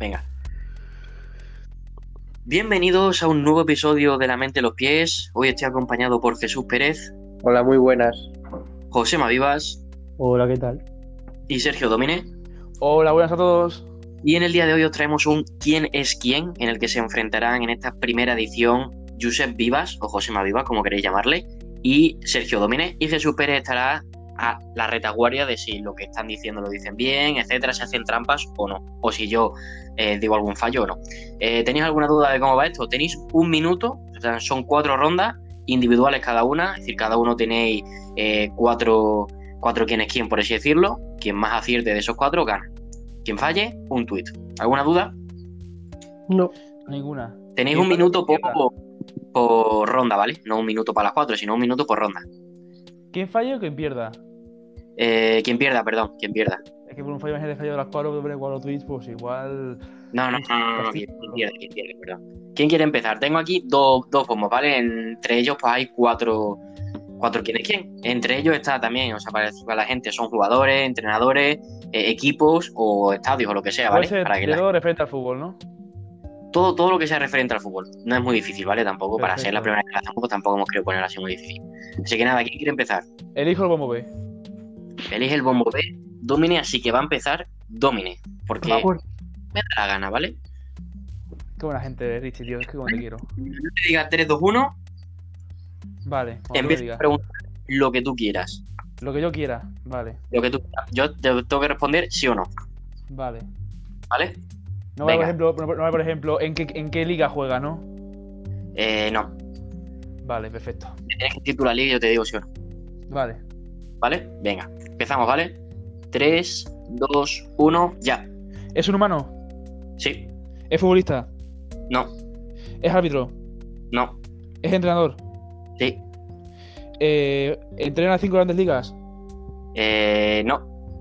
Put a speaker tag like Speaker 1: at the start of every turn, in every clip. Speaker 1: Venga. Bienvenidos a un nuevo episodio de La Mente y los Pies. Hoy estoy acompañado por Jesús Pérez,
Speaker 2: Hola, muy buenas.
Speaker 1: José Mavivas
Speaker 3: Hola, ¿qué tal?
Speaker 1: y Sergio Domínguez.
Speaker 4: Hola, buenas a todos.
Speaker 1: Y en el día de hoy os traemos un ¿Quién es quién? en el que se enfrentarán en esta primera edición Josep Vivas o José Vivas, como queréis llamarle, y Sergio Domínguez. Y Jesús Pérez estará a la retaguardia de si lo que están diciendo lo dicen bien, etcétera, si hacen trampas o no, o si yo eh, digo algún fallo o no. Eh, ¿Tenéis alguna duda de cómo va esto? Tenéis un minuto, o sea, son cuatro rondas individuales cada una, es decir, cada uno tenéis eh, cuatro, cuatro quién es quién, por así decirlo. Quien más acierte de esos cuatro gana. Quien falle, un tuit. ¿Alguna duda?
Speaker 3: No.
Speaker 4: Ninguna.
Speaker 1: Tenéis
Speaker 4: Sí,
Speaker 1: un
Speaker 4: cuatro
Speaker 1: minuto
Speaker 4: por
Speaker 1: por,
Speaker 4: izquierda.
Speaker 1: por ronda, ¿vale? No un minuto para las cuatro, sino un minuto por ronda.
Speaker 4: ¿Quién falla o quién pierda?
Speaker 1: Eh, quien pierda, perdón, quien pierda.
Speaker 4: Es que por un fallo, imagínate, fallo de las cuatro, doble cuatro tweets, pues igual.
Speaker 1: No, no, no, no, no, quien quien pierda, quien pierda, perdón. ¿Quién quiere empezar? Tengo aquí dos, dos pomos, ¿vale? Entre ellos, pues hay cuatro. Cuatro quién es quién. Entre ellos está también, o sea, para, para la gente son jugadores, entrenadores, eh, equipos o estadios o lo que sea,
Speaker 4: Puede
Speaker 1: ¿vale?
Speaker 4: ser
Speaker 1: Para que
Speaker 4: de
Speaker 1: la-
Speaker 4: todo respecto al fútbol, ¿no?
Speaker 1: todo, todo lo que sea referente al fútbol. No es muy difícil, ¿vale? Tampoco, para ser la
Speaker 4: Perfecto.
Speaker 1: primera vez que lo hacemos, pues tampoco hemos querido poner así muy difícil. Así que nada, ¿quién quiere empezar?
Speaker 4: Elijo el bombo B.
Speaker 1: Elige el bombo B, Domine, así que va a empezar Domine, porque
Speaker 3: Por favor.
Speaker 1: me da la gana, ¿vale?
Speaker 4: Qué buena gente, Richie, tío, es que como te quiero.
Speaker 1: No te diga 3, 2, 1,
Speaker 4: Vale, cuando tú me
Speaker 1: empieza a
Speaker 4: digas.
Speaker 1: preguntar lo que tú quieras.
Speaker 4: Lo que yo quiera. Vale,
Speaker 1: Lo que tú quieras. Yo te tengo que responder sí o no,
Speaker 4: vale.
Speaker 1: ¿vale?
Speaker 4: No
Speaker 1: Venga.
Speaker 4: vale, por ejemplo, no vale, por ejemplo en, qué, en qué liga juega, ¿no?
Speaker 1: Eh, no.
Speaker 4: Vale, perfecto.
Speaker 1: Tienes que titular liga y yo te digo sí o no,
Speaker 4: Vale.
Speaker 1: ¿vale? Venga, empezamos, ¿vale? 3, 2, 1, ya.
Speaker 4: ¿Es un humano?
Speaker 1: Sí,
Speaker 4: ¿Es futbolista?
Speaker 1: no,
Speaker 4: ¿Es árbitro?
Speaker 1: no,
Speaker 4: ¿Es entrenador?
Speaker 1: sí,
Speaker 4: Eh, ¿Entrena en cinco grandes ligas?
Speaker 1: eh, no,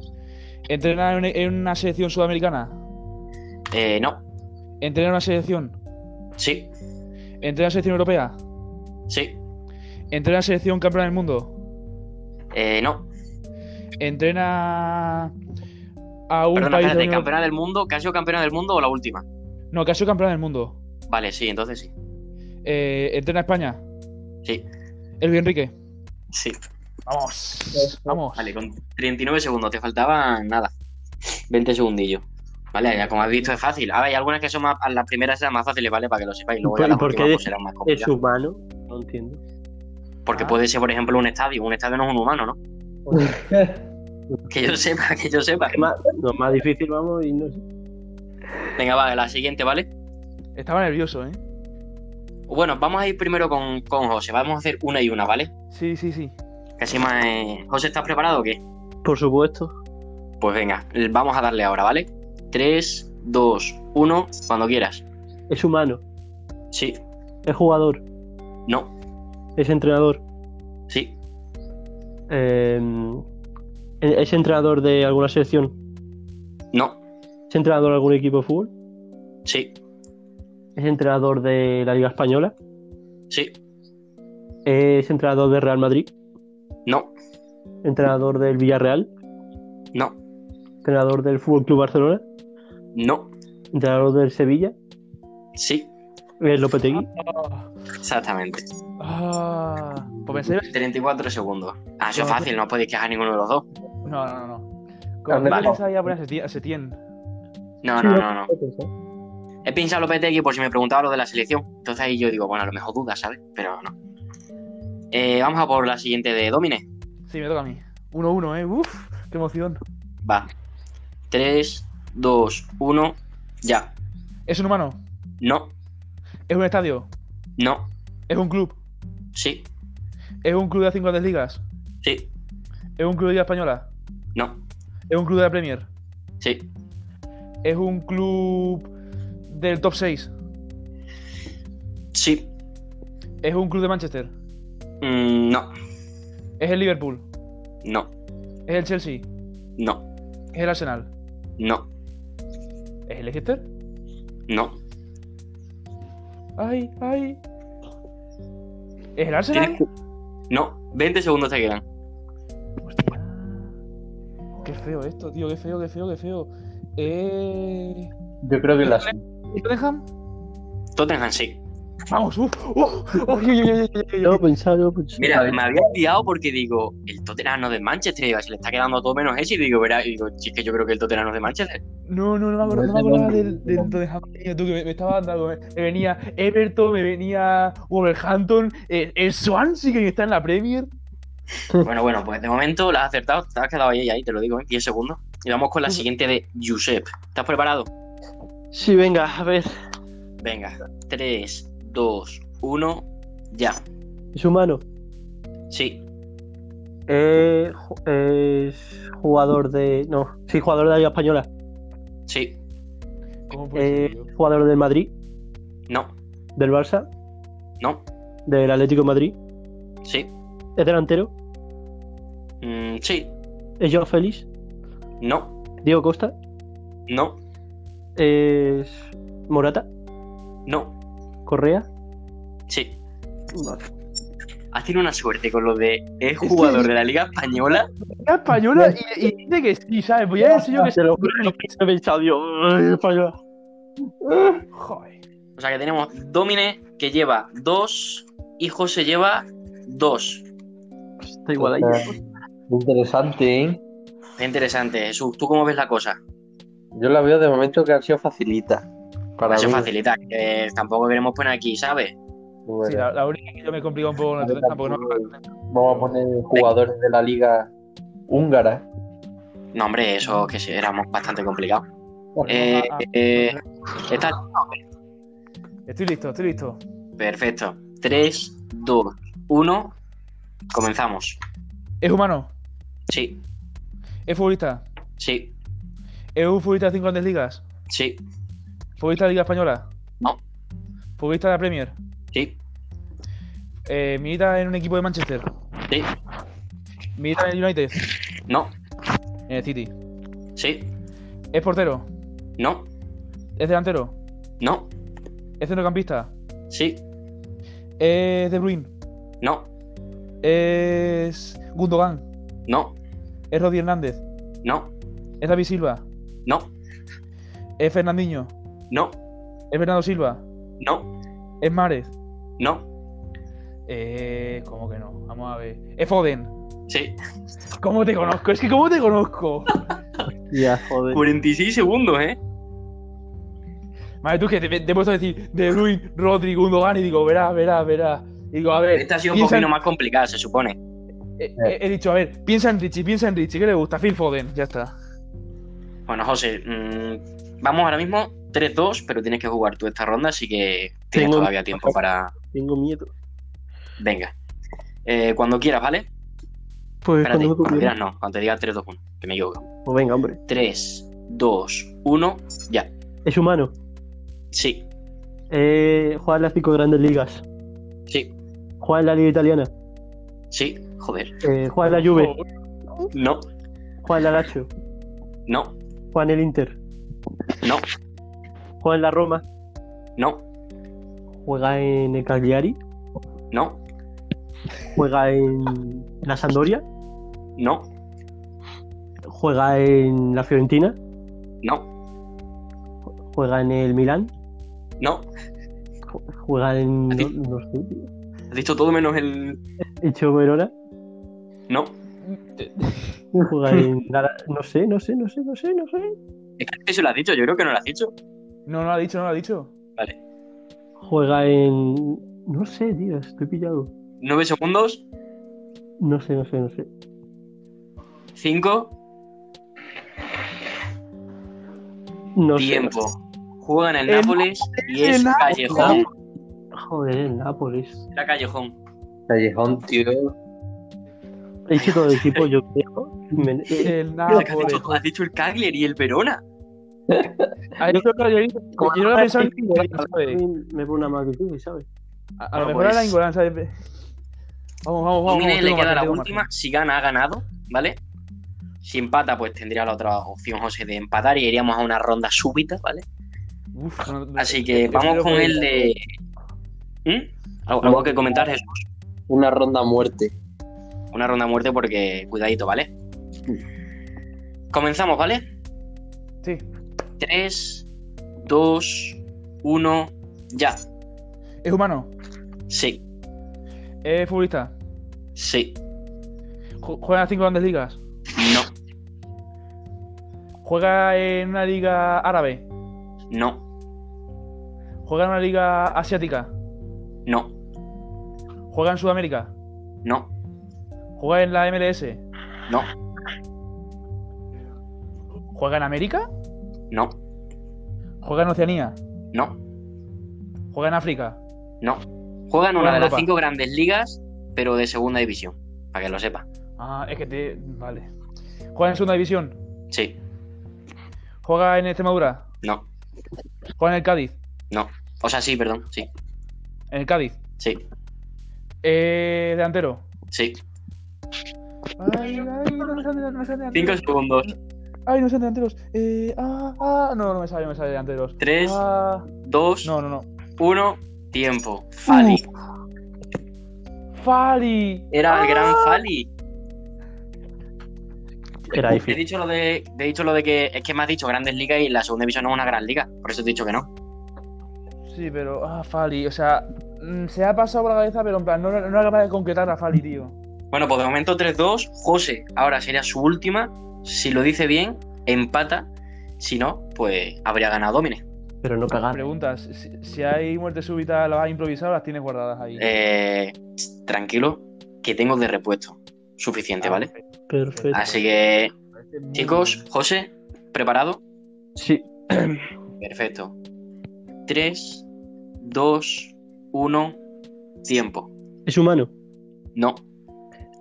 Speaker 4: ¿Entrena en- e-, en una selección sudamericana?
Speaker 1: eh, no,
Speaker 4: ¿Entrena en una selección?
Speaker 1: sí,
Speaker 4: ¿Entrena en la selección europea?
Speaker 1: sí,
Speaker 4: ¿Entrena en la selección campeona del mundo?
Speaker 1: eh, no.
Speaker 4: ¿Entrena a
Speaker 1: Perdona,
Speaker 4: un país de la
Speaker 1: espérate,
Speaker 4: Unión-
Speaker 1: campeona del mundo, ¿que ha sido campeona del mundo o la última?
Speaker 4: No, que ha sido campeona del mundo.
Speaker 1: Vale, sí, entonces sí,
Speaker 4: Eh, ¿Entrena a España?
Speaker 1: sí,
Speaker 4: Elvio Enrique.
Speaker 1: sí.
Speaker 4: Vamos. Vamos.
Speaker 1: Vale, con 39 segundos, te faltaban nada. 20 segundillos. Vale, ya como has visto es fácil. A ver, hay algunas que son más, las primeras serán más fáciles, ¿vale? Para que lo sepáis. Luego ya
Speaker 3: ¿Y
Speaker 1: las
Speaker 3: por qué
Speaker 1: últimas,
Speaker 3: de-
Speaker 1: pues, serán más
Speaker 3: ¿Es
Speaker 1: complicadas.
Speaker 3: humano? No entiendo.
Speaker 1: Porque
Speaker 4: Ah.
Speaker 1: puede ser, por ejemplo, un estadio. Un estadio no es un humano, ¿no? Que yo sepa, que yo sepa.
Speaker 3: Es más, no, más difícil, vamos, y no sé.
Speaker 1: Venga, va, la siguiente, ¿vale?
Speaker 4: Estaba nervioso, ¿eh?
Speaker 1: Bueno, vamos a ir primero con, con José. Vamos a hacer una y una, ¿vale?
Speaker 4: Sí, sí, sí.
Speaker 1: Casi más. eh, José, ¿estás preparado o qué?
Speaker 3: Por supuesto.
Speaker 1: Pues venga, vamos a darle ahora, ¿vale? 3, 2, 1, cuando quieras.
Speaker 3: Es humano.
Speaker 1: Sí,
Speaker 3: Es jugador.
Speaker 1: no,
Speaker 3: Es entrenador.
Speaker 1: sí,
Speaker 3: Eh, es entrenador de alguna selección.
Speaker 1: no,
Speaker 3: Es entrenador de algún equipo de fútbol.
Speaker 1: sí,
Speaker 3: Es entrenador de la Liga Española.
Speaker 1: sí,
Speaker 3: Es entrenador de Real Madrid.
Speaker 1: no,
Speaker 3: Entrenador del Villarreal.
Speaker 1: no,
Speaker 3: Entrenador del Fútbol Club Barcelona.
Speaker 1: no,
Speaker 3: Entrenador del Sevilla.
Speaker 1: sí,
Speaker 3: Es Lopetegui.
Speaker 4: Ah,
Speaker 1: exactamente.
Speaker 4: ah. Pues pensé.
Speaker 1: 34 segundos. Ah, eso es
Speaker 4: No,
Speaker 1: fácil, no os podéis quejar ninguno de los dos.
Speaker 4: No, no, no. no.
Speaker 2: Vale.
Speaker 4: Como vale. pensaba ya poner a Setién- a Setién.
Speaker 1: No, no, no, no. He pensado lo Lopetegui por si me preguntaba lo de la selección. Entonces ahí yo digo, bueno, a lo mejor duda, ¿sabes? Pero no. Eh, vamos a por la siguiente de Domine.
Speaker 4: Sí, me toca a mí. 1-1, ¿eh? Uf, qué emoción.
Speaker 1: Va. 3, 2, 1, ya.
Speaker 4: ¿Es un humano?
Speaker 1: No,
Speaker 4: ¿Es un estadio?
Speaker 1: no,
Speaker 4: ¿Es un club?
Speaker 1: sí,
Speaker 4: ¿Es un club de las cinco grandes ligas?
Speaker 1: sí,
Speaker 4: ¿Es un club de Liga Española?
Speaker 1: no,
Speaker 4: ¿Es un club de la Premier?
Speaker 1: sí,
Speaker 4: ¿Es un club del top 6?
Speaker 1: sí,
Speaker 4: ¿Es un club de Manchester?
Speaker 1: mm, no,
Speaker 4: ¿Es el Liverpool?
Speaker 1: no,
Speaker 4: ¿Es el Chelsea?
Speaker 1: no,
Speaker 4: ¿Es el Arsenal?
Speaker 1: no,
Speaker 4: ¿Es el Leicester?
Speaker 1: no.
Speaker 4: ¡Ay, ay! ¿Es el
Speaker 1: Tienes
Speaker 4: Arsenal?
Speaker 1: que- No, 20 segundos te quedan.
Speaker 4: Hostia. Qué feo esto, tío, qué feo, qué feo, qué feo. Eh...
Speaker 2: Yo creo que la sí.
Speaker 4: ¿Tottenham?
Speaker 1: Tottenham sí.
Speaker 4: Vamos, ¡Oh! uff, uff, uff, uy, uy, uy, uy, uy, uy.
Speaker 3: Yo pues, pensaba, yo pensaba.
Speaker 1: Mira,
Speaker 2: ver.
Speaker 1: me había olvidado porque digo, el Tottenham no es de Manchester, digo, se le está quedando todo menos ese, y digo, verá, y digo, "Sí, es que yo creo que el Tottenham no es de Manchester.
Speaker 4: No, no, no me acordaba, no me
Speaker 2: Desde
Speaker 4: acordaba
Speaker 2: Londres,
Speaker 4: del,
Speaker 2: desde
Speaker 4: del Tottenham. Mira tú, que me, me estaba dando. Me, me venía Everton, me venía Wolverhampton, eh, el Swansea que está en la Premier.
Speaker 1: Bueno, bueno, pues de momento la has acertado, te has quedado ahí, ahí, te lo digo, en 10 segundos. Y vamos con la siguiente de Josep. ¿Estás preparado?
Speaker 3: Sí, venga, a ver.
Speaker 1: Venga, 3, 2, 1, ya.
Speaker 3: Es humano.
Speaker 1: Sí,
Speaker 3: Eh, ju- es jugador de. No, sí, jugador de la Liga Española.
Speaker 1: sí,
Speaker 4: ¿Cómo puede
Speaker 3: Eh,
Speaker 4: ser? tío?
Speaker 3: jugador del Madrid,
Speaker 1: no,
Speaker 3: del Barça,
Speaker 1: no,
Speaker 3: del Atlético de Madrid.
Speaker 1: sí,
Speaker 3: Es delantero.
Speaker 1: mm, sí,
Speaker 3: Es Joao Félix.
Speaker 1: no,
Speaker 3: Diego Costa.
Speaker 1: no,
Speaker 3: Es Morata.
Speaker 1: no,
Speaker 3: Correa.
Speaker 1: sí. Has tenido una suerte con lo de es
Speaker 4: que-
Speaker 1: jugador de la Liga Española.
Speaker 4: Era española
Speaker 2: pues,
Speaker 4: y, y dice que sí, ¿sabes? Pues ya sé yo que sí.
Speaker 3: Te lo juro que he pensado, Dios, española.
Speaker 4: Joder.
Speaker 1: O sea que tenemos Domine que lleva 2 y José lleva 2.
Speaker 3: Está igual ahí.
Speaker 2: Está Interesante, ¿eh?
Speaker 1: Interesante, Jesús. ¿Tú cómo ves la cosa?
Speaker 2: Yo la veo de momento que ha sido facilita. Para
Speaker 1: Eso
Speaker 2: mí.
Speaker 1: facilita, que tampoco queremos poner aquí, ¿sabes?
Speaker 2: Bueno,
Speaker 4: Sí, la, la única que yo me complico un poco con el
Speaker 2: Vale,
Speaker 4: Tottenham, porque no me
Speaker 2: tampoco- Vamos a poner jugadores de la liga húngara.
Speaker 1: No, hombre, eso que sí, éramos bastante complicado. Eh,
Speaker 4: Ah, ah,
Speaker 1: eh, ¿Está
Speaker 4: Estoy listo, estoy listo.
Speaker 1: Perfecto. 3, 2, 1. Comenzamos.
Speaker 4: Es humano,
Speaker 1: Sí,
Speaker 4: es futbolista,
Speaker 1: sí,
Speaker 4: es un futbolista de 5 grandes ligas,
Speaker 1: sí,
Speaker 4: futbolista de Liga Española.
Speaker 1: No.
Speaker 4: Futbolista de la Premier.
Speaker 1: sí,
Speaker 4: Eh, milita en un equipo de Manchester.
Speaker 1: sí,
Speaker 4: Milita en el United,
Speaker 1: no,
Speaker 4: en el City.
Speaker 1: sí,
Speaker 4: Es portero,
Speaker 1: no,
Speaker 4: es delantero,
Speaker 1: no,
Speaker 4: es centrocampista,
Speaker 1: sí,
Speaker 4: es De Bruyne,
Speaker 1: no,
Speaker 4: es Gundogan,
Speaker 1: no,
Speaker 4: es Rodri Hernández,
Speaker 1: no,
Speaker 4: es David Silva,
Speaker 1: no,
Speaker 4: es Fernandinho,
Speaker 1: no,
Speaker 4: es Bernardo Silva,
Speaker 1: no,
Speaker 4: es Márez.
Speaker 1: no,
Speaker 4: Eh, ¿Cómo que no? Vamos a ver. Es Foden.
Speaker 1: sí.
Speaker 4: ¿Cómo te conozco? Es que ¿cómo te conozco?
Speaker 3: Ya, joder.
Speaker 1: 46 segundos, ¿eh?
Speaker 4: Madre, tú que te, te he puesto a decir De Bruyne, Rodri, Gundogan y digo, verá, verá, verá. Y digo, a ver.
Speaker 1: Esta Este ha sido un
Speaker 4: piensa en-
Speaker 1: poquito más complicada, se supone.
Speaker 4: eh, eh, He, dicho, a ver, piensa en Richie, piensa en Richie, ¿qué le gusta? Phil Foden, ya está.
Speaker 1: Bueno, José, mm, vamos ahora mismo 3-2, pero tienes que jugar tú esta ronda, así que tienes
Speaker 3: Tengo-
Speaker 1: todavía tiempo para.
Speaker 3: Tengo miedo.
Speaker 1: Venga. Eh, cuando quieras, ¿vale?
Speaker 3: Pues
Speaker 1: Espérate,
Speaker 3: cuando me
Speaker 1: cuando
Speaker 3: conviene.
Speaker 1: quieras no, cuando te diga 3-2-1, que me equivoco.
Speaker 3: Pues venga, hombre.
Speaker 1: 3, 2, 1, ya.
Speaker 3: Es humano.
Speaker 1: Sí,
Speaker 3: Eh, juega en las cinco grandes ligas.
Speaker 1: sí,
Speaker 3: Juega en la Liga Italiana.
Speaker 1: sí, joder.
Speaker 3: Eh, juega en la Juve.
Speaker 1: No,
Speaker 3: Juega en la Lazio.
Speaker 1: no,
Speaker 3: Juega en el Inter.
Speaker 1: no,
Speaker 3: Juega en la Roma.
Speaker 1: no,
Speaker 3: Juega en el Cagliari.
Speaker 1: no,
Speaker 3: Juega en la Sampdoria.
Speaker 1: no,
Speaker 3: Juega en la Fiorentina.
Speaker 1: no,
Speaker 3: Juega en el Milán.
Speaker 1: no.
Speaker 3: Juega en.
Speaker 1: ¿A
Speaker 3: No,
Speaker 1: ti?
Speaker 3: no sé, tío.
Speaker 1: Has dicho todo menos el.
Speaker 3: El Cheo Verona.
Speaker 1: No.
Speaker 3: Juega en. la- No sé, no sé, no sé, no sé, no sé.
Speaker 1: Es que eso lo has dicho, yo creo que no lo has dicho.
Speaker 4: No, no lo ha dicho, no lo ha dicho.
Speaker 3: Juega en. No sé, tío, estoy pillado.
Speaker 1: 9 segundos,
Speaker 3: No sé, no sé, no sé.
Speaker 1: 5,
Speaker 3: No sé, no
Speaker 1: tiempo. Juega en el
Speaker 4: El
Speaker 1: Nápoles y es
Speaker 4: el Nápoles.
Speaker 1: Callejón.
Speaker 3: sé. Joder, el Nápoles.
Speaker 1: Era Callejón.
Speaker 2: Callejón, tío.
Speaker 3: He hecho todo el equipo, yo creo. Me- eh,
Speaker 4: El
Speaker 1: Es que Has
Speaker 4: Nápoles.
Speaker 1: dicho, has dicho el Cagliari y el Verona.
Speaker 4: A eso lo había dicho.
Speaker 3: eh,
Speaker 4: Yo no lo pensaba en Ingolán, ¿sabes?
Speaker 3: me pone una más difícil, ¿sabes?
Speaker 4: A, a lo
Speaker 1: Bueno,
Speaker 4: mejor era
Speaker 1: pues-
Speaker 4: Ingolán, ¿sabes? eh, Vamos, vamos, vamos.
Speaker 1: Domine
Speaker 4: vamos,
Speaker 1: le
Speaker 4: tengo
Speaker 1: queda
Speaker 4: margen,
Speaker 1: la
Speaker 4: tengo
Speaker 1: última.
Speaker 4: margen.
Speaker 1: Si gana, ha ganado, ¿vale? Si empata, pues tendría la otra opción, José, de empatar y iríamos a una ronda súbita, ¿vale?
Speaker 4: Uf, no- no-
Speaker 1: Así que
Speaker 4: yo
Speaker 1: vamos
Speaker 4: creo
Speaker 1: con
Speaker 4: que-
Speaker 1: el de. ¿Mm? ¿Algo, algo que comentar, Jesús?
Speaker 2: Una ronda a muerte.
Speaker 1: Una ronda muerte porque cuidadito, ¿vale? Comenzamos, ¿vale?
Speaker 4: Sí.
Speaker 1: 3, 2, 1, ya.
Speaker 4: ¿Es humano?
Speaker 1: Sí,
Speaker 4: ¿Es futbolista?
Speaker 1: sí,
Speaker 4: Ju- ¿Juega en las cinco grandes ligas?
Speaker 1: no,
Speaker 4: ¿Juega en una liga árabe?
Speaker 1: no,
Speaker 4: ¿Juega en una liga asiática?
Speaker 1: no,
Speaker 4: ¿Juega en Sudamérica?
Speaker 1: no,
Speaker 4: ¿Juega en la MLS?
Speaker 1: no,
Speaker 4: ¿Juega en América?
Speaker 1: no,
Speaker 4: ¿Juega en Oceanía?
Speaker 1: no,
Speaker 4: ¿Juega en África?
Speaker 1: no. Juega en una de las
Speaker 4: Europa.
Speaker 1: cinco grandes ligas, pero de segunda división, para que lo sepa.
Speaker 4: Ah, es que te... Vale. ¿Juega en segunda división?
Speaker 1: Sí,
Speaker 4: ¿Juega en Extremadura?
Speaker 1: no,
Speaker 4: ¿Juega en el Cádiz?
Speaker 1: no. O sea, sí, perdón, sí,
Speaker 4: ¿En el Cádiz?
Speaker 1: sí,
Speaker 4: Eh, delantero.
Speaker 1: sí.
Speaker 4: Ay, ay, no me salen, no me salen
Speaker 1: Cinco
Speaker 4: delanteros.
Speaker 1: segundos.
Speaker 4: Ay, no me salen delanteros. Eh, ah, ah, no, no me sale, no me sale delanteros.
Speaker 1: Tres.
Speaker 4: Ah,
Speaker 1: 2,
Speaker 4: no, no, no.
Speaker 1: 1, tiempo. Fali.
Speaker 4: Fali. Ah,
Speaker 1: Era el gran Fali.
Speaker 3: Era
Speaker 1: He
Speaker 3: difícil.
Speaker 1: dicho lo de, he dicho lo de que es que me has dicho grandes ligas y la segunda división no es una gran liga. Por eso te he dicho que no.
Speaker 4: Sí, pero. Ah, Fali. O sea, mm, se ha pasado por la cabeza, pero en plan, no, no era capaz de concretar a Fali, tío.
Speaker 1: Bueno, pues de momento 3-2. José, ahora sería su última. Si lo dice bien, empata. Si no, pues habría ganado Domine.
Speaker 3: Pero no
Speaker 1: Ah.
Speaker 3: cagar.
Speaker 4: Preguntas: si, si hay muerte súbita, las vas a improvisar o las tienes guardadas ahí.
Speaker 1: Eh, tranquilo, que tengo de repuesto. Suficiente,
Speaker 4: Ah,
Speaker 1: ¿vale?
Speaker 3: Perfecto.
Speaker 1: Así que,
Speaker 4: parece muy
Speaker 1: chicos, José, ¿preparado?
Speaker 3: Sí.
Speaker 1: Perfecto. 3, 2, 1, tiempo.
Speaker 3: Es humano.
Speaker 1: No,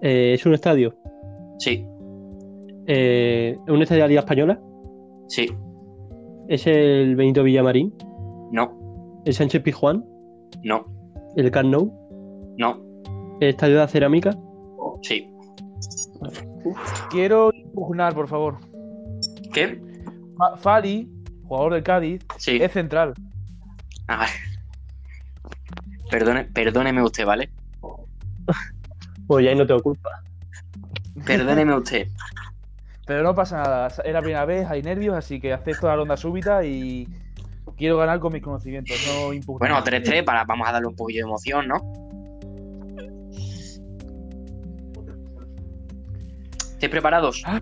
Speaker 3: Eh, es un estadio.
Speaker 1: sí,
Speaker 3: Eh, un estadio de la Liga Española.
Speaker 1: sí,
Speaker 3: Es el Benito Villamarín.
Speaker 1: no,
Speaker 3: El Sánchez Pizjuán.
Speaker 1: no,
Speaker 3: El Camp Nou.
Speaker 1: no,
Speaker 3: El Estadio de la Cerámica.
Speaker 1: sí.
Speaker 4: bien. Quiero impugnar, por favor.
Speaker 1: ¿Qué?
Speaker 4: Fa- Fali, jugador del Cádiz,
Speaker 1: Sí.
Speaker 4: es central.
Speaker 1: Ah, vale. Perdone- perdóneme usted, ¿vale?
Speaker 3: Pues ya ahí no tengo culpa.
Speaker 1: Perdóneme usted.
Speaker 4: Pero no pasa nada, es la primera vez, hay nervios, así que acepto la ronda súbita y quiero ganar con mis conocimientos, no impugnar.
Speaker 1: Bueno, 3-3, para, vamos a darle un poquillo de emoción, ¿no? ¿Estáis preparados?
Speaker 4: Ah,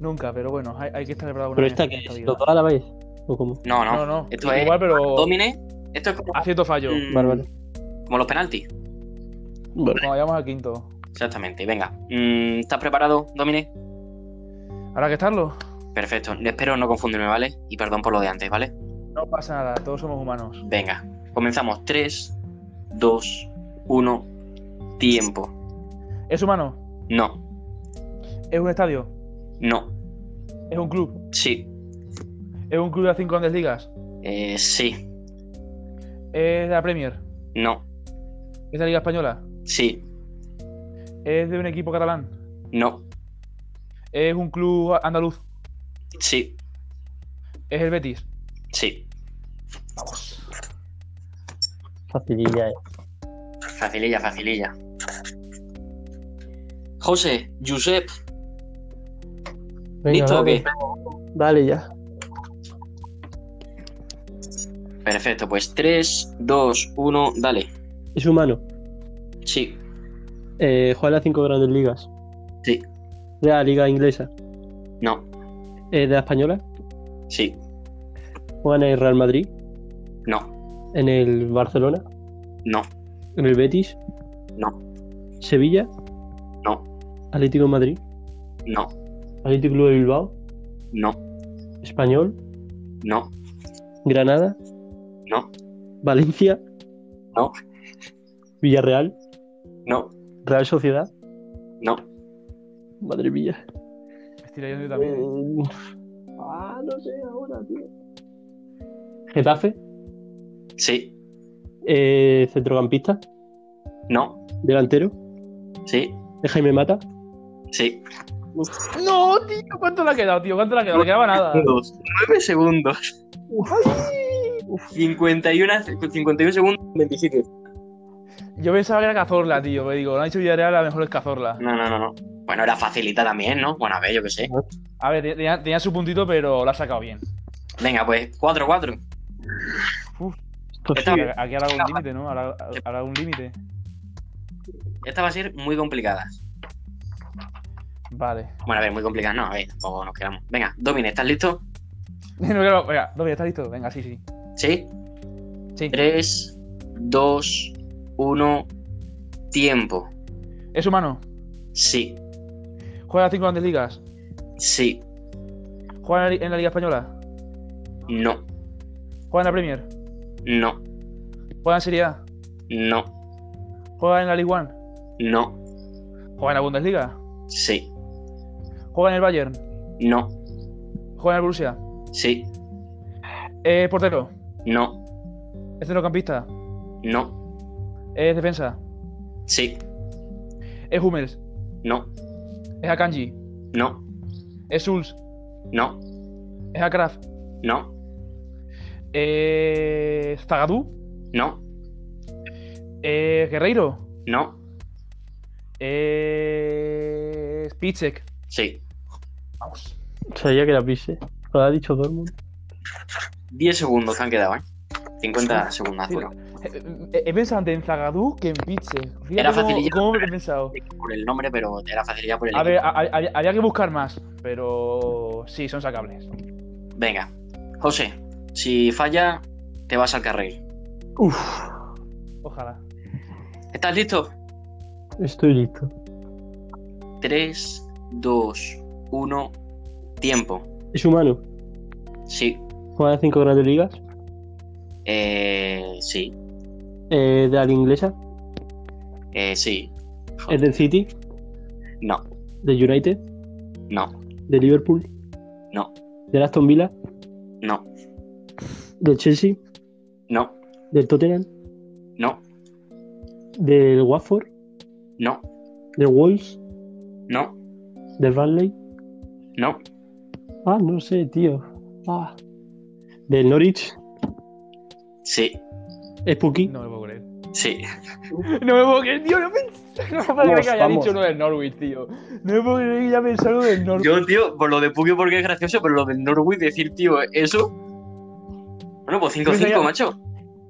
Speaker 4: Nunca, pero bueno, hay, hay que estar preparado. una
Speaker 3: Pero
Speaker 4: vez
Speaker 3: esta
Speaker 4: en
Speaker 3: que es.
Speaker 4: vida.
Speaker 3: ¿Los dos a la vez? ¿O cómo?
Speaker 1: No, no.
Speaker 4: No, no,
Speaker 1: Esto es
Speaker 4: igual, Ah, pero
Speaker 1: Domine. Esto es como,
Speaker 4: acierto fallo.
Speaker 1: Mm.
Speaker 3: Vale, vale.
Speaker 1: como los penaltis.
Speaker 3: Vale.
Speaker 4: Cuando vayamos al quinto.
Speaker 1: Exactamente. Venga. Mm, ¿Estás preparado, Domine?
Speaker 4: ¿Habrá que estarlo?
Speaker 1: Perfecto. Espero no confundirme, ¿vale? Y perdón por lo de antes, ¿vale?
Speaker 4: No pasa nada, todos somos humanos.
Speaker 1: Venga. Comenzamos. 3, 2, 1. Tiempo.
Speaker 4: ¿Es humano?
Speaker 1: No,
Speaker 4: ¿Es un estadio?
Speaker 1: no,
Speaker 4: ¿Es un club?
Speaker 1: sí,
Speaker 4: ¿Es un club de las cinco grandes ligas?
Speaker 1: eh, sí,
Speaker 4: ¿Es de la Premier?
Speaker 1: no,
Speaker 4: ¿Es de la Liga Española?
Speaker 1: sí,
Speaker 4: ¿Es de un equipo catalán?
Speaker 1: no,
Speaker 4: ¿Es un club andaluz?
Speaker 1: sí,
Speaker 4: ¿Es el Betis?
Speaker 1: sí.
Speaker 4: Vamos.
Speaker 3: Facililla, eh.
Speaker 1: Facililla, facililla. José, Josep,
Speaker 3: Venga,
Speaker 1: ¿listo o
Speaker 3: dale.
Speaker 1: qué?
Speaker 3: Dale ya.
Speaker 1: Perfecto, pues 3, 2, 1, dale.
Speaker 3: Es humano.
Speaker 1: Sí,
Speaker 3: Eh, juega en las cinco grandes ligas.
Speaker 1: Sí.
Speaker 3: De la Liga Inglesa.
Speaker 1: no,
Speaker 3: Eh, de la Española.
Speaker 1: sí,
Speaker 3: Juega en el Real Madrid.
Speaker 1: no,
Speaker 3: En el Barcelona.
Speaker 1: no,
Speaker 3: En el Betis.
Speaker 1: no,
Speaker 3: Sevilla.
Speaker 1: no,
Speaker 3: Atlético de Madrid.
Speaker 1: no,
Speaker 3: Atlético Club de Bilbao.
Speaker 1: no,
Speaker 3: Español.
Speaker 1: no,
Speaker 3: Granada.
Speaker 1: no,
Speaker 3: Valencia.
Speaker 1: No.
Speaker 3: Villarreal.
Speaker 1: no,
Speaker 3: Real Sociedad.
Speaker 1: no.
Speaker 3: Madre mía.
Speaker 4: Me estoy leyendo yo también.
Speaker 3: Ah, no sé ahora, tío. Getafe.
Speaker 1: Sí,
Speaker 3: eh, centrocampista.
Speaker 1: no,
Speaker 3: Delantero.
Speaker 1: sí,
Speaker 3: Es Jaime Mata.
Speaker 1: sí.
Speaker 4: No, tío, ¿cuánto le ha quedado, tío? ¿Cuánto le ha quedado? No le quedaba
Speaker 3: Ah.
Speaker 4: nada.
Speaker 1: 9 segundos. 51, 51 segundos. 27.
Speaker 4: Yo pensaba que era Cazorla, tío. Me digo, no ha dicho Villarreal, a lo mejor es Cazorla.
Speaker 1: No, no, no, no. Bueno, era facilita también, ¿no? Bueno, a ver, yo qué sé.
Speaker 4: A ver, tenía, tenía su puntito, pero la ha sacado bien.
Speaker 1: Venga, pues 4-4.
Speaker 3: Esto
Speaker 1: Está
Speaker 3: sí,
Speaker 1: bien.
Speaker 4: Aquí habrá un límite, ¿no? Habrá habrá un límite.
Speaker 1: Esta va a ser muy complicada.
Speaker 4: Vale.
Speaker 1: Bueno, a ver, muy complicada, no, a ver, tampoco nos quedamos. Venga, Domine, ¿estás listo?
Speaker 4: No, claro, venga, Dobby, ¿estás listo? Venga, sí, sí.
Speaker 1: Sí.
Speaker 4: Sí.
Speaker 1: 3, 2, 1, tiempo.
Speaker 4: ¿Es humano?
Speaker 1: Sí,
Speaker 4: ¿Juega en las cinco grandes ligas?
Speaker 1: sí,
Speaker 4: ¿Juega en la li- en la Liga Española?
Speaker 1: no,
Speaker 4: ¿Juega en la Premier?
Speaker 1: no,
Speaker 4: ¿Juega en Serie A?
Speaker 1: no,
Speaker 4: ¿Juega en la Ligue 1?
Speaker 1: no,
Speaker 4: ¿Juega en la Bundesliga?
Speaker 1: sí,
Speaker 4: ¿Juega en el Bayern?
Speaker 1: no,
Speaker 4: ¿Juega en el Borussia?
Speaker 1: sí,
Speaker 4: ¿Es portero?
Speaker 1: no,
Speaker 4: ¿Es centrocampista?
Speaker 1: no,
Speaker 4: ¿Es defensa?
Speaker 1: sí,
Speaker 4: ¿Es Hummels?
Speaker 1: no,
Speaker 4: ¿Es Akanji?
Speaker 1: no,
Speaker 4: ¿Es Suls?
Speaker 1: no,
Speaker 4: ¿Es Akraf?
Speaker 1: no,
Speaker 4: ¿Es Zagadou?
Speaker 1: no,
Speaker 4: ¿Es Guerreiro?
Speaker 1: no,
Speaker 4: ¿Es Pitzek?
Speaker 1: sí.
Speaker 4: Vamos.
Speaker 3: Sabía que era pise. Lo ha dicho todo el mundo.
Speaker 1: 10 segundos te han quedado, ¿eh? 50 segundos.
Speaker 4: Sí.
Speaker 1: bueno.
Speaker 4: Eh, eh, He pensado antes en Zagadou que en Pitzek. Fíjate
Speaker 1: Era
Speaker 4: cómo-
Speaker 1: facilillo.
Speaker 4: ¿Cómo he pensado?
Speaker 1: Por el nombre, pero era fácil ya por el
Speaker 4: A ver,
Speaker 1: equipo.
Speaker 4: a- a- había, había que buscar más, pero sí, son sacables.
Speaker 1: Venga, José, si falla, te vas al carril.
Speaker 3: Uf,
Speaker 4: Ojalá.
Speaker 1: ¿Estás listo?
Speaker 3: estoy listo.
Speaker 1: 3, 2, 1, tiempo.
Speaker 3: Es humano.
Speaker 1: Sí,
Speaker 3: Juega en cinco grandes ligas.
Speaker 1: eh, sí,
Speaker 3: Eh, de la liga inglesa.
Speaker 1: eh, sí,
Speaker 3: Es del City.
Speaker 1: no,
Speaker 3: Del United.
Speaker 1: no,
Speaker 3: De Liverpool.
Speaker 1: No.
Speaker 3: Del Aston Villa.
Speaker 1: no,
Speaker 3: Del Chelsea.
Speaker 1: no,
Speaker 3: Del Tottenham.
Speaker 1: no,
Speaker 3: Del Watford.
Speaker 1: no,
Speaker 3: Del Wolves.
Speaker 1: no,
Speaker 3: Del Burnley.
Speaker 1: no,
Speaker 3: Ah, no sé, tío. Ah. Del Norwich.
Speaker 1: sí,
Speaker 3: Es Puki.
Speaker 4: No me puedo creer.
Speaker 1: sí.
Speaker 4: No me puedo creer, tío. No, pens- no me puedo creer
Speaker 2: Vamos,
Speaker 4: que haya
Speaker 2: vamos.
Speaker 4: dicho uno del Norwich, tío. No me puedo creer que haya pensado uno del Norwich.
Speaker 1: Yo, tío, por lo de Puki porque es gracioso, pero lo del Norwich decir, tío, eso. Bueno, pues 5-5,
Speaker 4: Venga, ya.
Speaker 1: macho.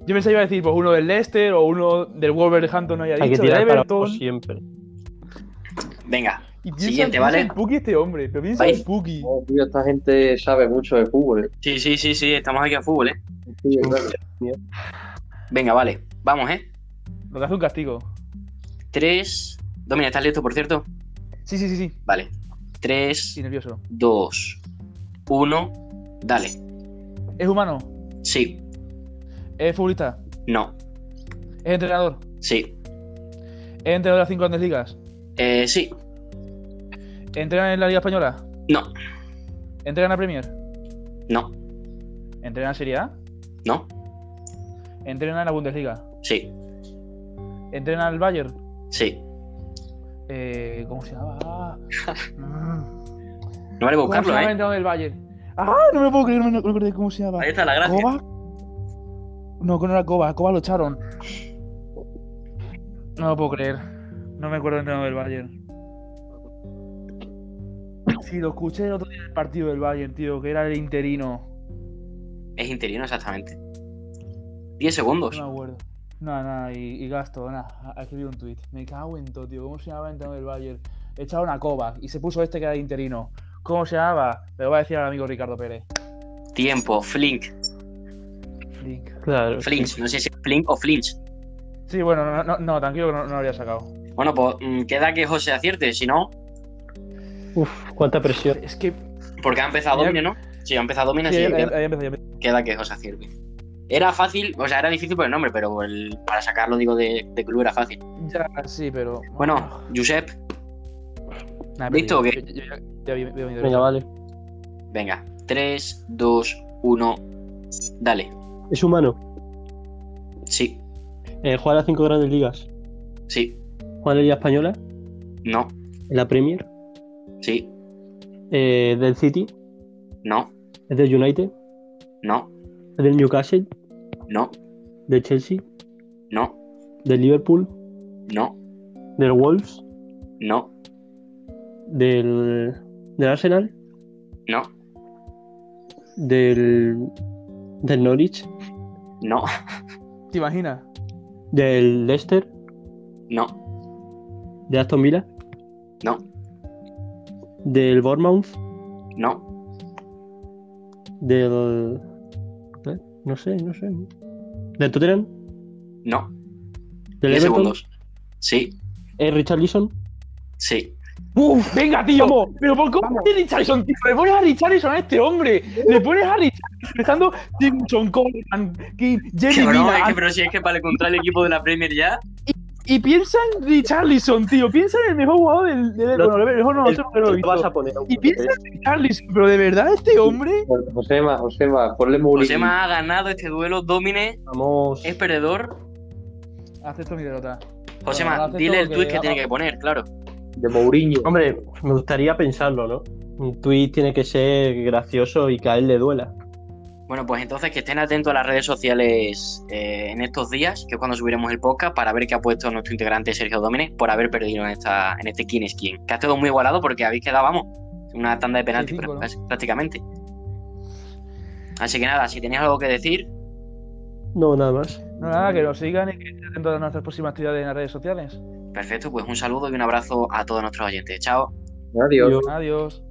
Speaker 4: Yo pensaba iba a decir, pues uno del Leicester o uno del Wolverhampton, no haya
Speaker 3: Hay que
Speaker 4: dicho, del
Speaker 3: tirar para abajo
Speaker 4: Everton.
Speaker 3: siempre.
Speaker 1: Venga,
Speaker 4: Y piensa,
Speaker 1: Siguiente,
Speaker 4: piensa
Speaker 1: ¿vale?
Speaker 4: en Puki este hombre, pero piensa
Speaker 1: Vais.
Speaker 4: en Puki.
Speaker 2: No, Oh, tío, esta gente sabe mucho de fútbol. eh.
Speaker 1: sí, sí, sí, sí, estamos aquí a fútbol, ¿eh?
Speaker 2: Sí, claro.
Speaker 1: Venga, vale, vamos, ¿eh?
Speaker 4: Lo que hace un castigo.
Speaker 1: 3. Domina, ¿estás listo, por cierto?
Speaker 4: Sí, sí, sí, sí.
Speaker 1: Vale. 3,
Speaker 4: Sí, nervioso.
Speaker 1: 2, 1, dale.
Speaker 4: Es humano,
Speaker 1: Sí,
Speaker 4: es futbolista,
Speaker 1: no,
Speaker 4: es entrenador,
Speaker 1: sí,
Speaker 4: es entrenador de las cinco grandes ligas,
Speaker 1: eh, sí,
Speaker 4: entrena en la Liga Española,
Speaker 1: no,
Speaker 4: entrena en la Premier,
Speaker 1: no,
Speaker 4: entrena en Serie A,
Speaker 1: no,
Speaker 4: entrena en la Bundesliga,
Speaker 1: sí,
Speaker 4: entrena en el Bayern.
Speaker 1: sí.
Speaker 4: Eh, ¿Cómo se llama? Ah, mm.
Speaker 1: No vale
Speaker 4: ¿Cómo se
Speaker 1: buscarlo,
Speaker 4: llama el
Speaker 1: ¿eh?
Speaker 4: entrenador del Bayern? Ah, no me puedo creer, no me no me acordé cómo se llama.
Speaker 1: Ahí está la gracia.
Speaker 4: ¿Kovac? No, que no era Kovac, Kovac lo echaron. No lo puedo creer. No me acuerdo del entrenador del Bayern. Sí, lo escuché el otro día en el partido del Bayern, tío, que era el interino.
Speaker 1: Es interino, exactamente. 10
Speaker 4: No
Speaker 1: segundos.
Speaker 4: me acuerdo. Nada, nada, y, y gasto, nada. Ha escribido un tweet. Me cago en todo, tío. ¿Cómo se llamaba el entrenador del Bayern? Echaron a Kovac y se puso este que era el interino. ¿Cómo se llamaba? Me lo va a decir al amigo Ricardo Pérez.
Speaker 1: Tiempo, flink.
Speaker 4: Flick.
Speaker 3: Claro.
Speaker 1: Flinch, no sé si es flink o flinch.
Speaker 4: Sí, bueno, no, no, no, tranquilo que no, no lo había sacado.
Speaker 1: Bueno, pues mm, queda que José acierte, si no,
Speaker 3: Uf, cuánta presión.
Speaker 4: Es que
Speaker 1: porque ha empezado
Speaker 4: Mira-
Speaker 1: Domine, ¿no? Sí, eh. ha empezado Domine,
Speaker 4: Sí,
Speaker 1: así
Speaker 4: ahí-
Speaker 1: que
Speaker 4: ahí-
Speaker 1: queda,
Speaker 4: ahí empezó, ahí empezó.
Speaker 1: queda que José acierte. Era fácil, o sea, era difícil por el nombre, pero el- para sacarlo, digo, de, de club era fácil.
Speaker 4: Ya, sí, pero.
Speaker 1: Bueno, Josep,
Speaker 4: Nah,
Speaker 1: ¿listo
Speaker 4: pero
Speaker 1: o qué?
Speaker 4: yo- yo- yo- ya vi- veo mi
Speaker 3: Venga,
Speaker 4: derecha.
Speaker 3: vale.
Speaker 1: venga. 3, 2, 1, dale.
Speaker 3: Es humano.
Speaker 1: Sí,
Speaker 3: Eh, juega en las cinco grandes ligas.
Speaker 1: sí,
Speaker 3: Juega en la Liga Española.
Speaker 1: no,
Speaker 3: En la Premier.
Speaker 1: sí,
Speaker 3: Eh, del City.
Speaker 1: no,
Speaker 3: Es del United.
Speaker 1: no,
Speaker 3: Es del Newcastle.
Speaker 1: no,
Speaker 3: Del Chelsea.
Speaker 1: no,
Speaker 3: Del Liverpool.
Speaker 1: no,
Speaker 3: Del Wolves.
Speaker 1: no,
Speaker 3: Del, del Arsenal.
Speaker 1: no,
Speaker 3: del, del Norwich,
Speaker 1: No,
Speaker 4: ¿Te imaginas?
Speaker 3: del Leicester,
Speaker 1: no,
Speaker 3: de Aston Villa,
Speaker 1: no,
Speaker 3: del Bournemouth,
Speaker 1: no.
Speaker 3: del... ¿eh? No sé, no sé. Del Tottenham,
Speaker 1: No. 10
Speaker 3: del Everton,
Speaker 1: segundos. Sí,
Speaker 3: eh, Richard Leeson.
Speaker 1: sí.
Speaker 4: ¡Uf! ¡Venga, tío! ¡Pero por cómo pones Richarlison, tío! ¡Le pones a Richarlison a este hombre! ¡Le pones a Richarlison! Estando Simpson, Coleman, King, Jerry
Speaker 1: Cabrón,
Speaker 4: Mina,
Speaker 1: es que, pero si es que para encontrar el equipo de la Premier ya.
Speaker 4: Y piensa en Richarlison, tío. Piensa en el mejor jugador del. del
Speaker 3: Lo-
Speaker 4: bueno, el mejor no lo sé, porque no lo he
Speaker 3: vas
Speaker 4: visto.
Speaker 3: a poner a un-
Speaker 4: Y piensa en Richarlison, pero de verdad, este hombre.
Speaker 2: Josema, Josema, ponle bullying.
Speaker 1: Josema ha ganado este duelo, Domine
Speaker 3: Vamos...
Speaker 1: es perdedor.
Speaker 4: Acepto mi derrota. Bueno,
Speaker 1: Josema,
Speaker 4: hace
Speaker 1: dile
Speaker 4: todo
Speaker 1: el
Speaker 4: que-
Speaker 1: tweet que tiene que poner, claro.
Speaker 2: De Mourinho.
Speaker 3: Hombre, me gustaría pensarlo, ¿no? Un tweet tiene que ser gracioso y que a él le duela.
Speaker 1: Bueno, pues entonces que estén atentos a las redes sociales eh, en estos días, que es cuando subiremos el podcast, para ver qué ha puesto nuestro integrante Sergio Domínguez por haber perdido en, esta, en este quién es quién. Que ha estado muy igualado porque habéis quedado, vamos, una tanda de penaltis
Speaker 4: Sí, cinco, ¿no?
Speaker 1: prá- prácticamente. Así que nada, si tenéis algo que decir,
Speaker 3: No, nada más.
Speaker 4: No, nada, que nos sigan y que estén atentos a nuestras próximas actividades en las redes sociales.
Speaker 1: perfecto, pues un saludo y un abrazo a todos nuestros oyentes. Chao.
Speaker 2: Adiós.
Speaker 3: Yo-
Speaker 4: Adiós.